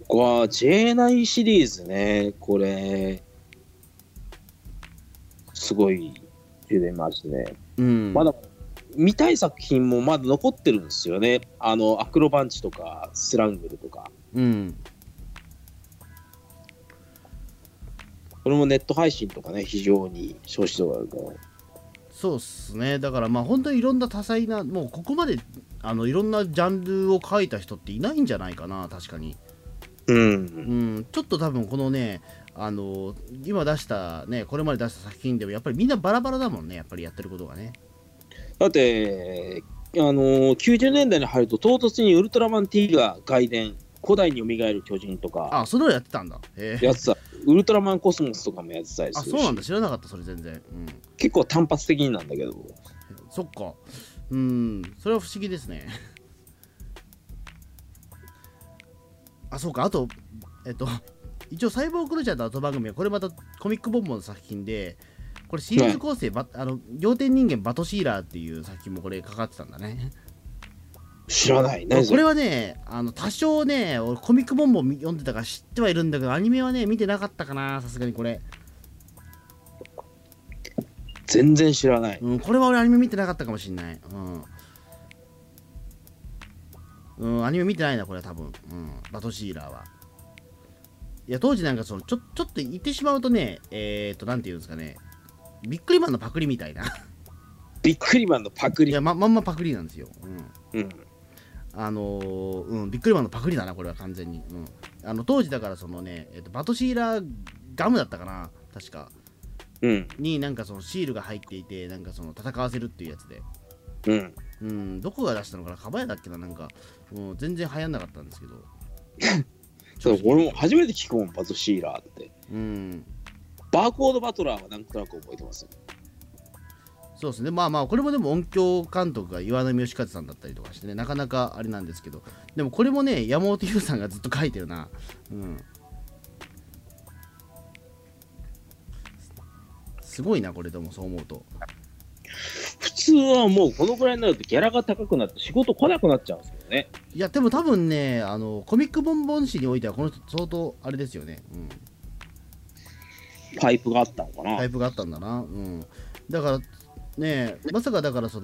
S3: 僕は J9 シリーズねこれすごい出てますね
S2: うん、
S3: まだ見たい作品もまだ残ってるんですよね。あの、アクロバンチとか、スラングルとか。
S2: うん
S3: これもネット配信とかね、非常に消費度があるから。
S2: そうっすねだからまあ本当にいろんな多彩なもうここまであのいろんなジャンルを書いた人っていないんじゃないかな確かに
S3: うん。
S2: うん、ちょっと多分このね、あの今出したね、これまで出した作品でもやっぱりみんなバラバラだもんね、やっぱりやってることがね。
S3: だって、あのー、90年代に入ると、唐突にウルトラマン T が外伝、古代に蘇る巨人とか、
S2: あ、それをやってたんだ。へえ
S3: やってた、ウルトラマンコスモスとかもやってたり
S2: あ、
S3: す
S2: そう
S3: るし
S2: なんだ、知らなかった、それ全然。うん、
S3: 結構単発的になんだけど、
S2: そっか。うん、それは不思議ですね。 あ、そうか、あと、えっと、一応、サイボーグルチャーと後番組は、これまたコミックボンボンの作品で、これシリーズ構成、ばあの仰天人間バトシーラーっていう作品もこれかかってたんだね。
S3: 知らない、
S2: 俺
S3: 何
S2: こ
S3: そ
S2: れ
S3: れ。
S2: はねあの多少ね俺コミックボンボン読んでたから知ってはいるんだけどアニメはね見てなかったかなさすがにこれ、
S3: 全然知らない。
S2: うん、これは俺アニメ見てなかったかもしんないうん、うん、アニメ見てないなこれは多分、うん、バトシーラーはいや当時なんかそのちょちょっと言ってしまうとねえっ、ー、となんて言うんですかねビックリマンのパクリみたいな
S3: ビックリマンのパク
S2: い
S3: リ。
S2: やままんまパクリなんですよ、うん、
S3: うん。
S2: あのーうん、ビックリマンのパクリだな、これは完全に。うん、あの当時だから、そのね、えっと、バトシーラーガムだったかな、確か。
S3: うん。
S2: に、なんかそのシールが入っていて、なんかその戦わせるっていうやつで。
S3: うん。
S2: うん、どこが出したのかな、カバヤだっけな、なんか、うん、全然流行んなかったんですけど。
S3: そう俺も初めて聞くもん、バトシーラーって。
S2: うん、
S3: バーコードバトラーはなんとなく覚えてますよ。
S2: そうですね、まあまあ、これもでも音響監督が岩波義和さんだったりとかしてね、なかなかあれなんですけど、でもこれもね、山本優さんがずっと書いてるな。うん。すごいな、これでもそう思うと。
S3: 普通はもう、
S5: このくらいになるとギャラが高くなって仕事来なくなっちゃうんですけどね。
S2: いや、でも多分ね、あのコミックボンボン誌においては、この人、相当あれですよね。うん。
S3: パイプがあったのかな。
S2: タイプがあったんだな、うん、だからねまさかだからその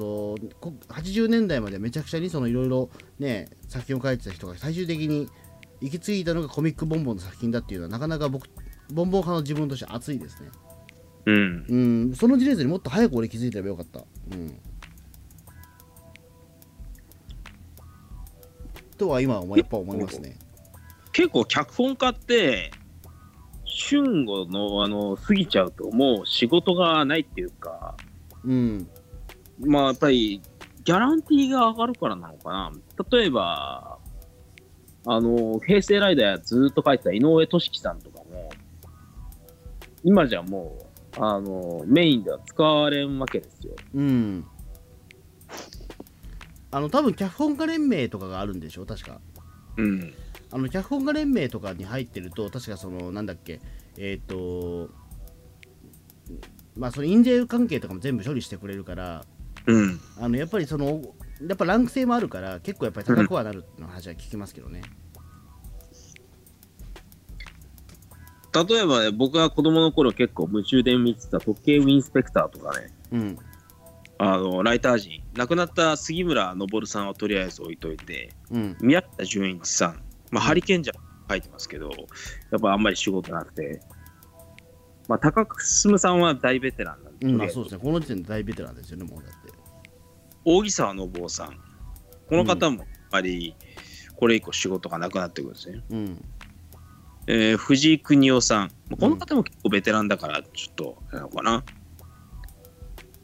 S2: こ80年代までめちゃくちゃにそのいろいろね作品を書いてた人が最終的に行き着いたのがコミックボンボンの作品だっていうのはなかなか僕ボンボン派の自分として熱いですね
S3: うん。
S2: うんその事例図にもっと早く俺気づいてればよかったうんとは今はやっぱ思いますね
S5: 結構脚本家って、春後のあの過ぎちゃうともう仕事がないっていうか、
S2: うん
S5: まあやっぱりギャランティーが上がるからなのかな。例えば、あの、平成ライダーやずーっと書いてた井上俊樹さんとかも、今じゃもう、あの、メインでは使われんわけですよ。
S2: うんあの多分脚本家連盟とかがあるんでしょ確か
S3: うん。
S2: あの脚本家連盟とかに入ってると確かそのなんだっけえっ、とまあその印税関係とかも全部処理してくれるから
S3: うん。
S2: あのやっぱりそのやっぱランク制もあるから結構やっぱり高くはなるっていうの話は聞きますけどね、
S5: 例えばね僕が子供の頃結構夢中で見てた時計ウィンスペクターとかね、
S2: うん、
S3: あの、ライター陣。亡くなった杉村昇さんはとりあえず置いといて、
S2: うん、
S3: 宮下純一さん。まあ、ハリケンジャー書いてますけど、やっぱあんまり仕事なくて。
S5: まあ、高久進さんは大ベテランなんで、
S2: う
S5: と
S2: ん、
S5: りあ
S2: あ
S5: えず
S2: そうですね、この時点で大ベテランですよね、もうだって。
S3: 大木沢信夫さん。この方もやっぱり、これ以降仕事がなくなってくるんですね。
S2: うん、
S3: えー藤井邦夫さん。まあこの方も結構ベテランだから、ちょっと、なのかな。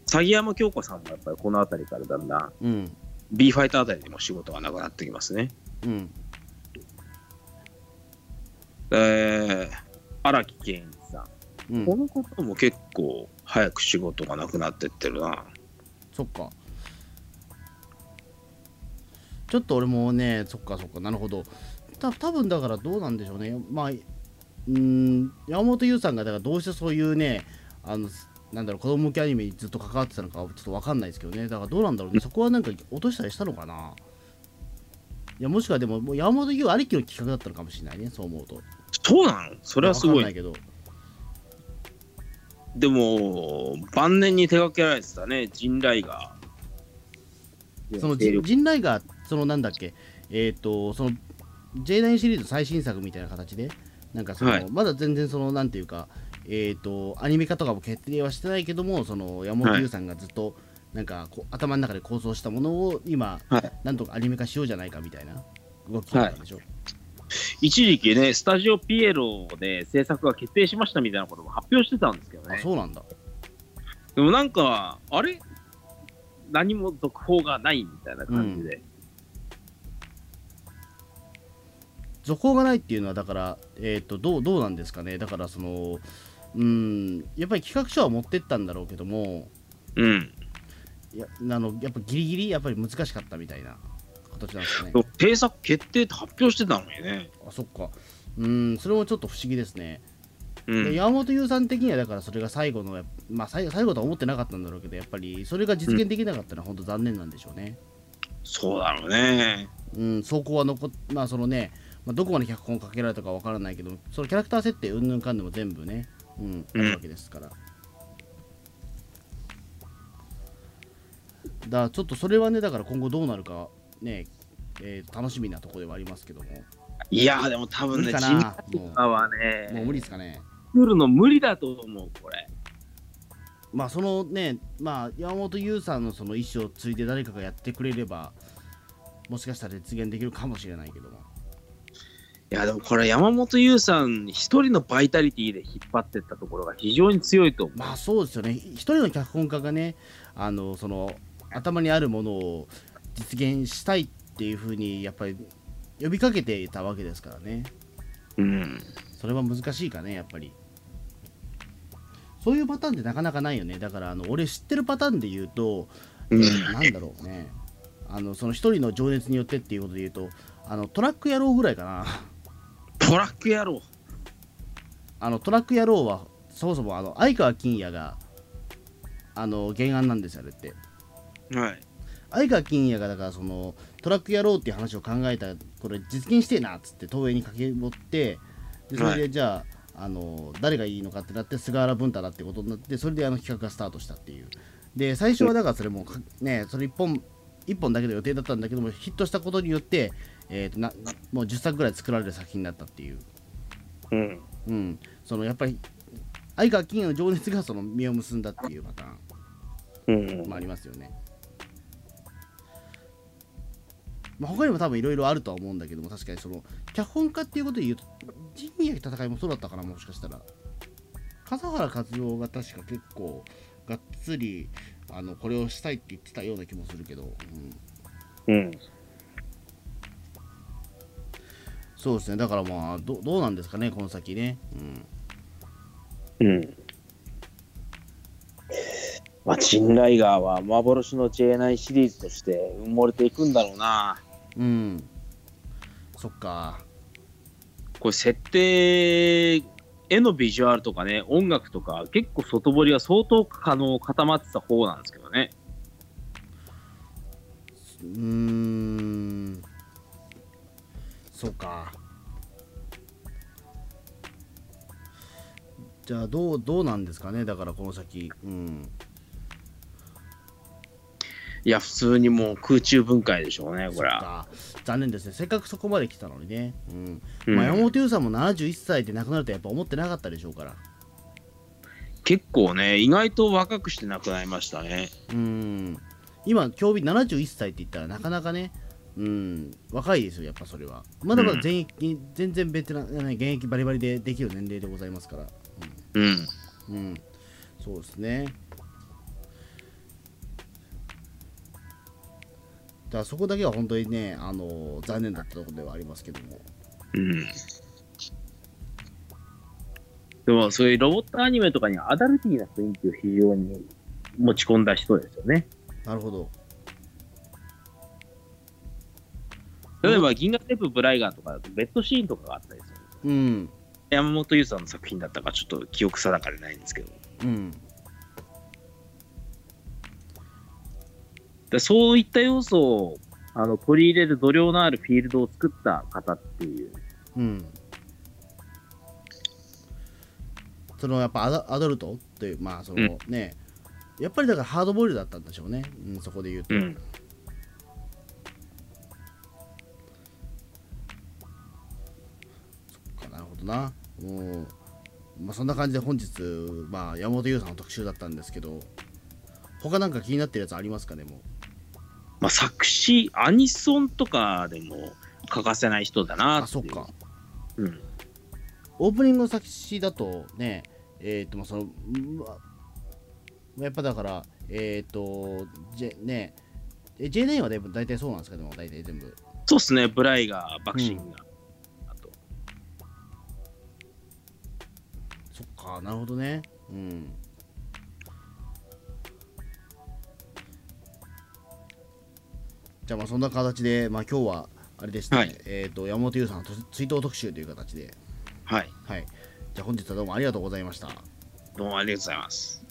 S3: 詐欺山京子さんもやっぱりこの辺りからだんだん、
S2: うん、
S3: B ファイターあたりでも仕事がなくなってきますね。
S2: うん、
S3: えー、荒木健一さん。
S2: うん
S3: こ、の方も結構早く仕事がなくなってってるな。
S2: そっか。ちょっと俺もね、そっかそっか、なるほど。た多分だからどうなんでしょうね。まあ、うーん、山本優さんがだからどうしてそういうね、あの、なんだろう、子供向けアニメにずっと関わってたのかはちょっとわかんないですけどね。だからどうなんだろうね。そこはなんか落としたりしたのかな。いや、もしくはでも、もう山本優ありきの企画だったのかもしれないね、そう思うと。
S3: そうなのそれはすご。
S2: わかんないいけど。
S3: でも、晩年に手掛けられてたね、陣雷が。
S2: その
S3: 勢
S2: ジ
S3: 力
S2: ジンライガー、そのなんだっけ、えっ、と、その J9 シリーズ最新作みたいな形で、なんかその、
S3: はい
S2: まだ全然その、なんていうか、えっ、と、アニメ化とかも決定はしてないけども、その山本
S3: はい
S2: 優さんがずっと、なんかこう頭の中で構想したものを今、
S3: はい
S2: なんとかアニメ化しようじゃないかみたいな動きだったんでしょ、
S3: 一時期ね、スタジオピエロで制作が決定しましたみたいなことも発表してたんですけど
S2: あ
S3: ね。
S2: そうなんだ
S3: でもなんか、あれ何も続報がないみたいな感じで。
S2: 続報がないっていうのはだから、えー、とどうどうなんですかねだからそのうんやっぱり企画書は持ってったんだろうけども
S3: うん。
S2: いやあのやっぱギリギリやっぱり難しかったみたいな形なんですかね
S3: でも制作決定って発表してたのにね。
S2: あそっかうんそれもちょっと不思議ですね、
S3: う
S2: で
S3: ん。
S2: 山本優さん的にはだからそれが最後のやっまあ最最後とは思ってなかったんだろうけどやっぱりそれが実現できなかったのは本当残念なんでしょうね、
S3: そうだろうね。
S2: うん、走行は残っまあそのね、まあ、どこまで脚本をかけられたかわからないけど、そのキャラクター設定うんぬんかんでも全部ね、うん、あ
S3: うん
S2: るわけですから。だからちょっとそれはね、だから今後どうなるかね、えー楽しみなところではありますけども、
S3: いやー、でも多分
S2: 無理
S3: ね、
S2: か
S3: ジン
S2: なも
S3: バは
S2: うもう無
S3: ね、
S2: 理ですかね。
S3: 作るの無理だと思う、これ。
S2: まあそのね、まあ山本優さんのその意思を継いで誰かがやってくれれば、もしかしたら実現できるかもしれないけども。
S3: いや、でもこれ山本優さん一人のバイタリティで引っ張ってったところが非常に強いと思う。
S2: まあそうですよね、一人の脚本家がね、あのその頭にあるものを実現したいっていうふうに、やっぱり呼びかけていたわけですからね、
S3: うん。
S2: それは難しいかね、やっぱり。そういうパターンってなかなかないよね、だからあの俺知ってるパターンで言うと、
S3: うん
S2: なんだろうね、あのその一人の情熱によってっていうことで言うと、あのトラック野郎ぐらいかな。
S3: トラック野郎。
S2: あのトラック野郎はそもそもあの相川欽也があの原案なんですよ、あれって。
S3: はい。
S2: 相川欽也がだからそのトラックやろうっていう話を考えたこれ実現してえなっつって東映に駆け持ってでそれ
S3: は
S2: でじゃあ,、あの誰がいいのかってなって菅原文太だってことになってそれであの企画がスタートしたっていうで最初はだからそれもかねそれ1本一本だけの予定だったんだけどもヒットしたことによって、えー、とななもう10作ぐらい作られる作品になったっていう、
S3: うん。
S2: うん、そのやっぱり相川欽也の情熱がその実を結んだっていうパターン
S3: うん
S2: まあ、ありますよね。まあ、他にも多分いろいろあるとは思うんだけども、確かにその脚本家っていうことで言うと、仁義なき戦いもそうだったかな、もしかしたら。笠原和夫が確か結構がっつりあのこれをしたいって言ってたような気もするけど、うん、
S3: うん。
S2: そうですね、だからまあど、どうなんですかね、この先ね。うん
S3: うん。まあ、チンライガーは幻の J9 シリーズとして埋もれていくんだろうな。
S2: うん、そっか。
S3: これ設定、絵のビジュアルとかね、音楽とか、結構外堀は相当可能固まってた方なんですけどね。
S2: うーんそうかじゃあどうどうなんですかねだからこの先うん
S3: いや、普通にもう空中分解でしょうね、こ
S2: そっ
S3: れは。
S2: か残念ですねせっかくそこまで来たのにね、うん
S3: うん
S2: まあ、山本優さんも71歳で亡くなるとやっぱ思ってなかったでしょうから
S3: 結構ね、意外と若くして亡くなりましたね。
S2: うん今競技71歳って言ったらなかなかねうん若いですよやっぱそれはまだまだ現役、全然ベテランじゃない現役バリバリでできる年齢でございますから
S3: うん。
S2: うん、そうですね。だからそこだけは本当にね、あの残念だったところではありますけども。
S3: うん。でも、そういうロボットアニメとかにアダルティーな雰囲気を非常に持ち込んだ人ですよね。
S2: なるほど。
S3: 例えば、銀河テープブライガーとかだと、ベッドシーンとかがあったりするんですよ。
S2: うん、
S3: 山本優さんの作品だったか、ちょっと記憶定かでないんですけど。
S2: うん、
S3: でそういった要素をあの取り入れる度量のあるフィールドを作った方っていう。
S2: うん。そのやっぱアダアダルトという、まあそのね、やっぱりだからハードボイルドだったんでしょうね、うん、そこで言うと。
S3: うん
S2: なうんまあそんな感じで本日、まあ、山本優さんの特集だったんですけど他なんか気になってるやつありますかねも
S3: まあ、作詞アニソンとかでも欠かせない人だ
S2: う
S3: な
S2: あ
S3: てい
S2: そうっか
S3: うん、
S2: オープニングの作詞だとねえっ、とまあそのうんまあやっぱだからえっ、とじゃねえ J ネイはでも大体そうなんですけども大体全部
S3: そうっすねブライがバクシンが、あと
S2: そっかなるほどねうんじゃあまあそんな形で、まあ、今日はあれですね、
S3: はい
S2: えっ、と山本優さんのと追悼特集という形で
S3: はい
S2: はいじゃあ本日はどうもありがとうございました
S3: どうもありがとうございます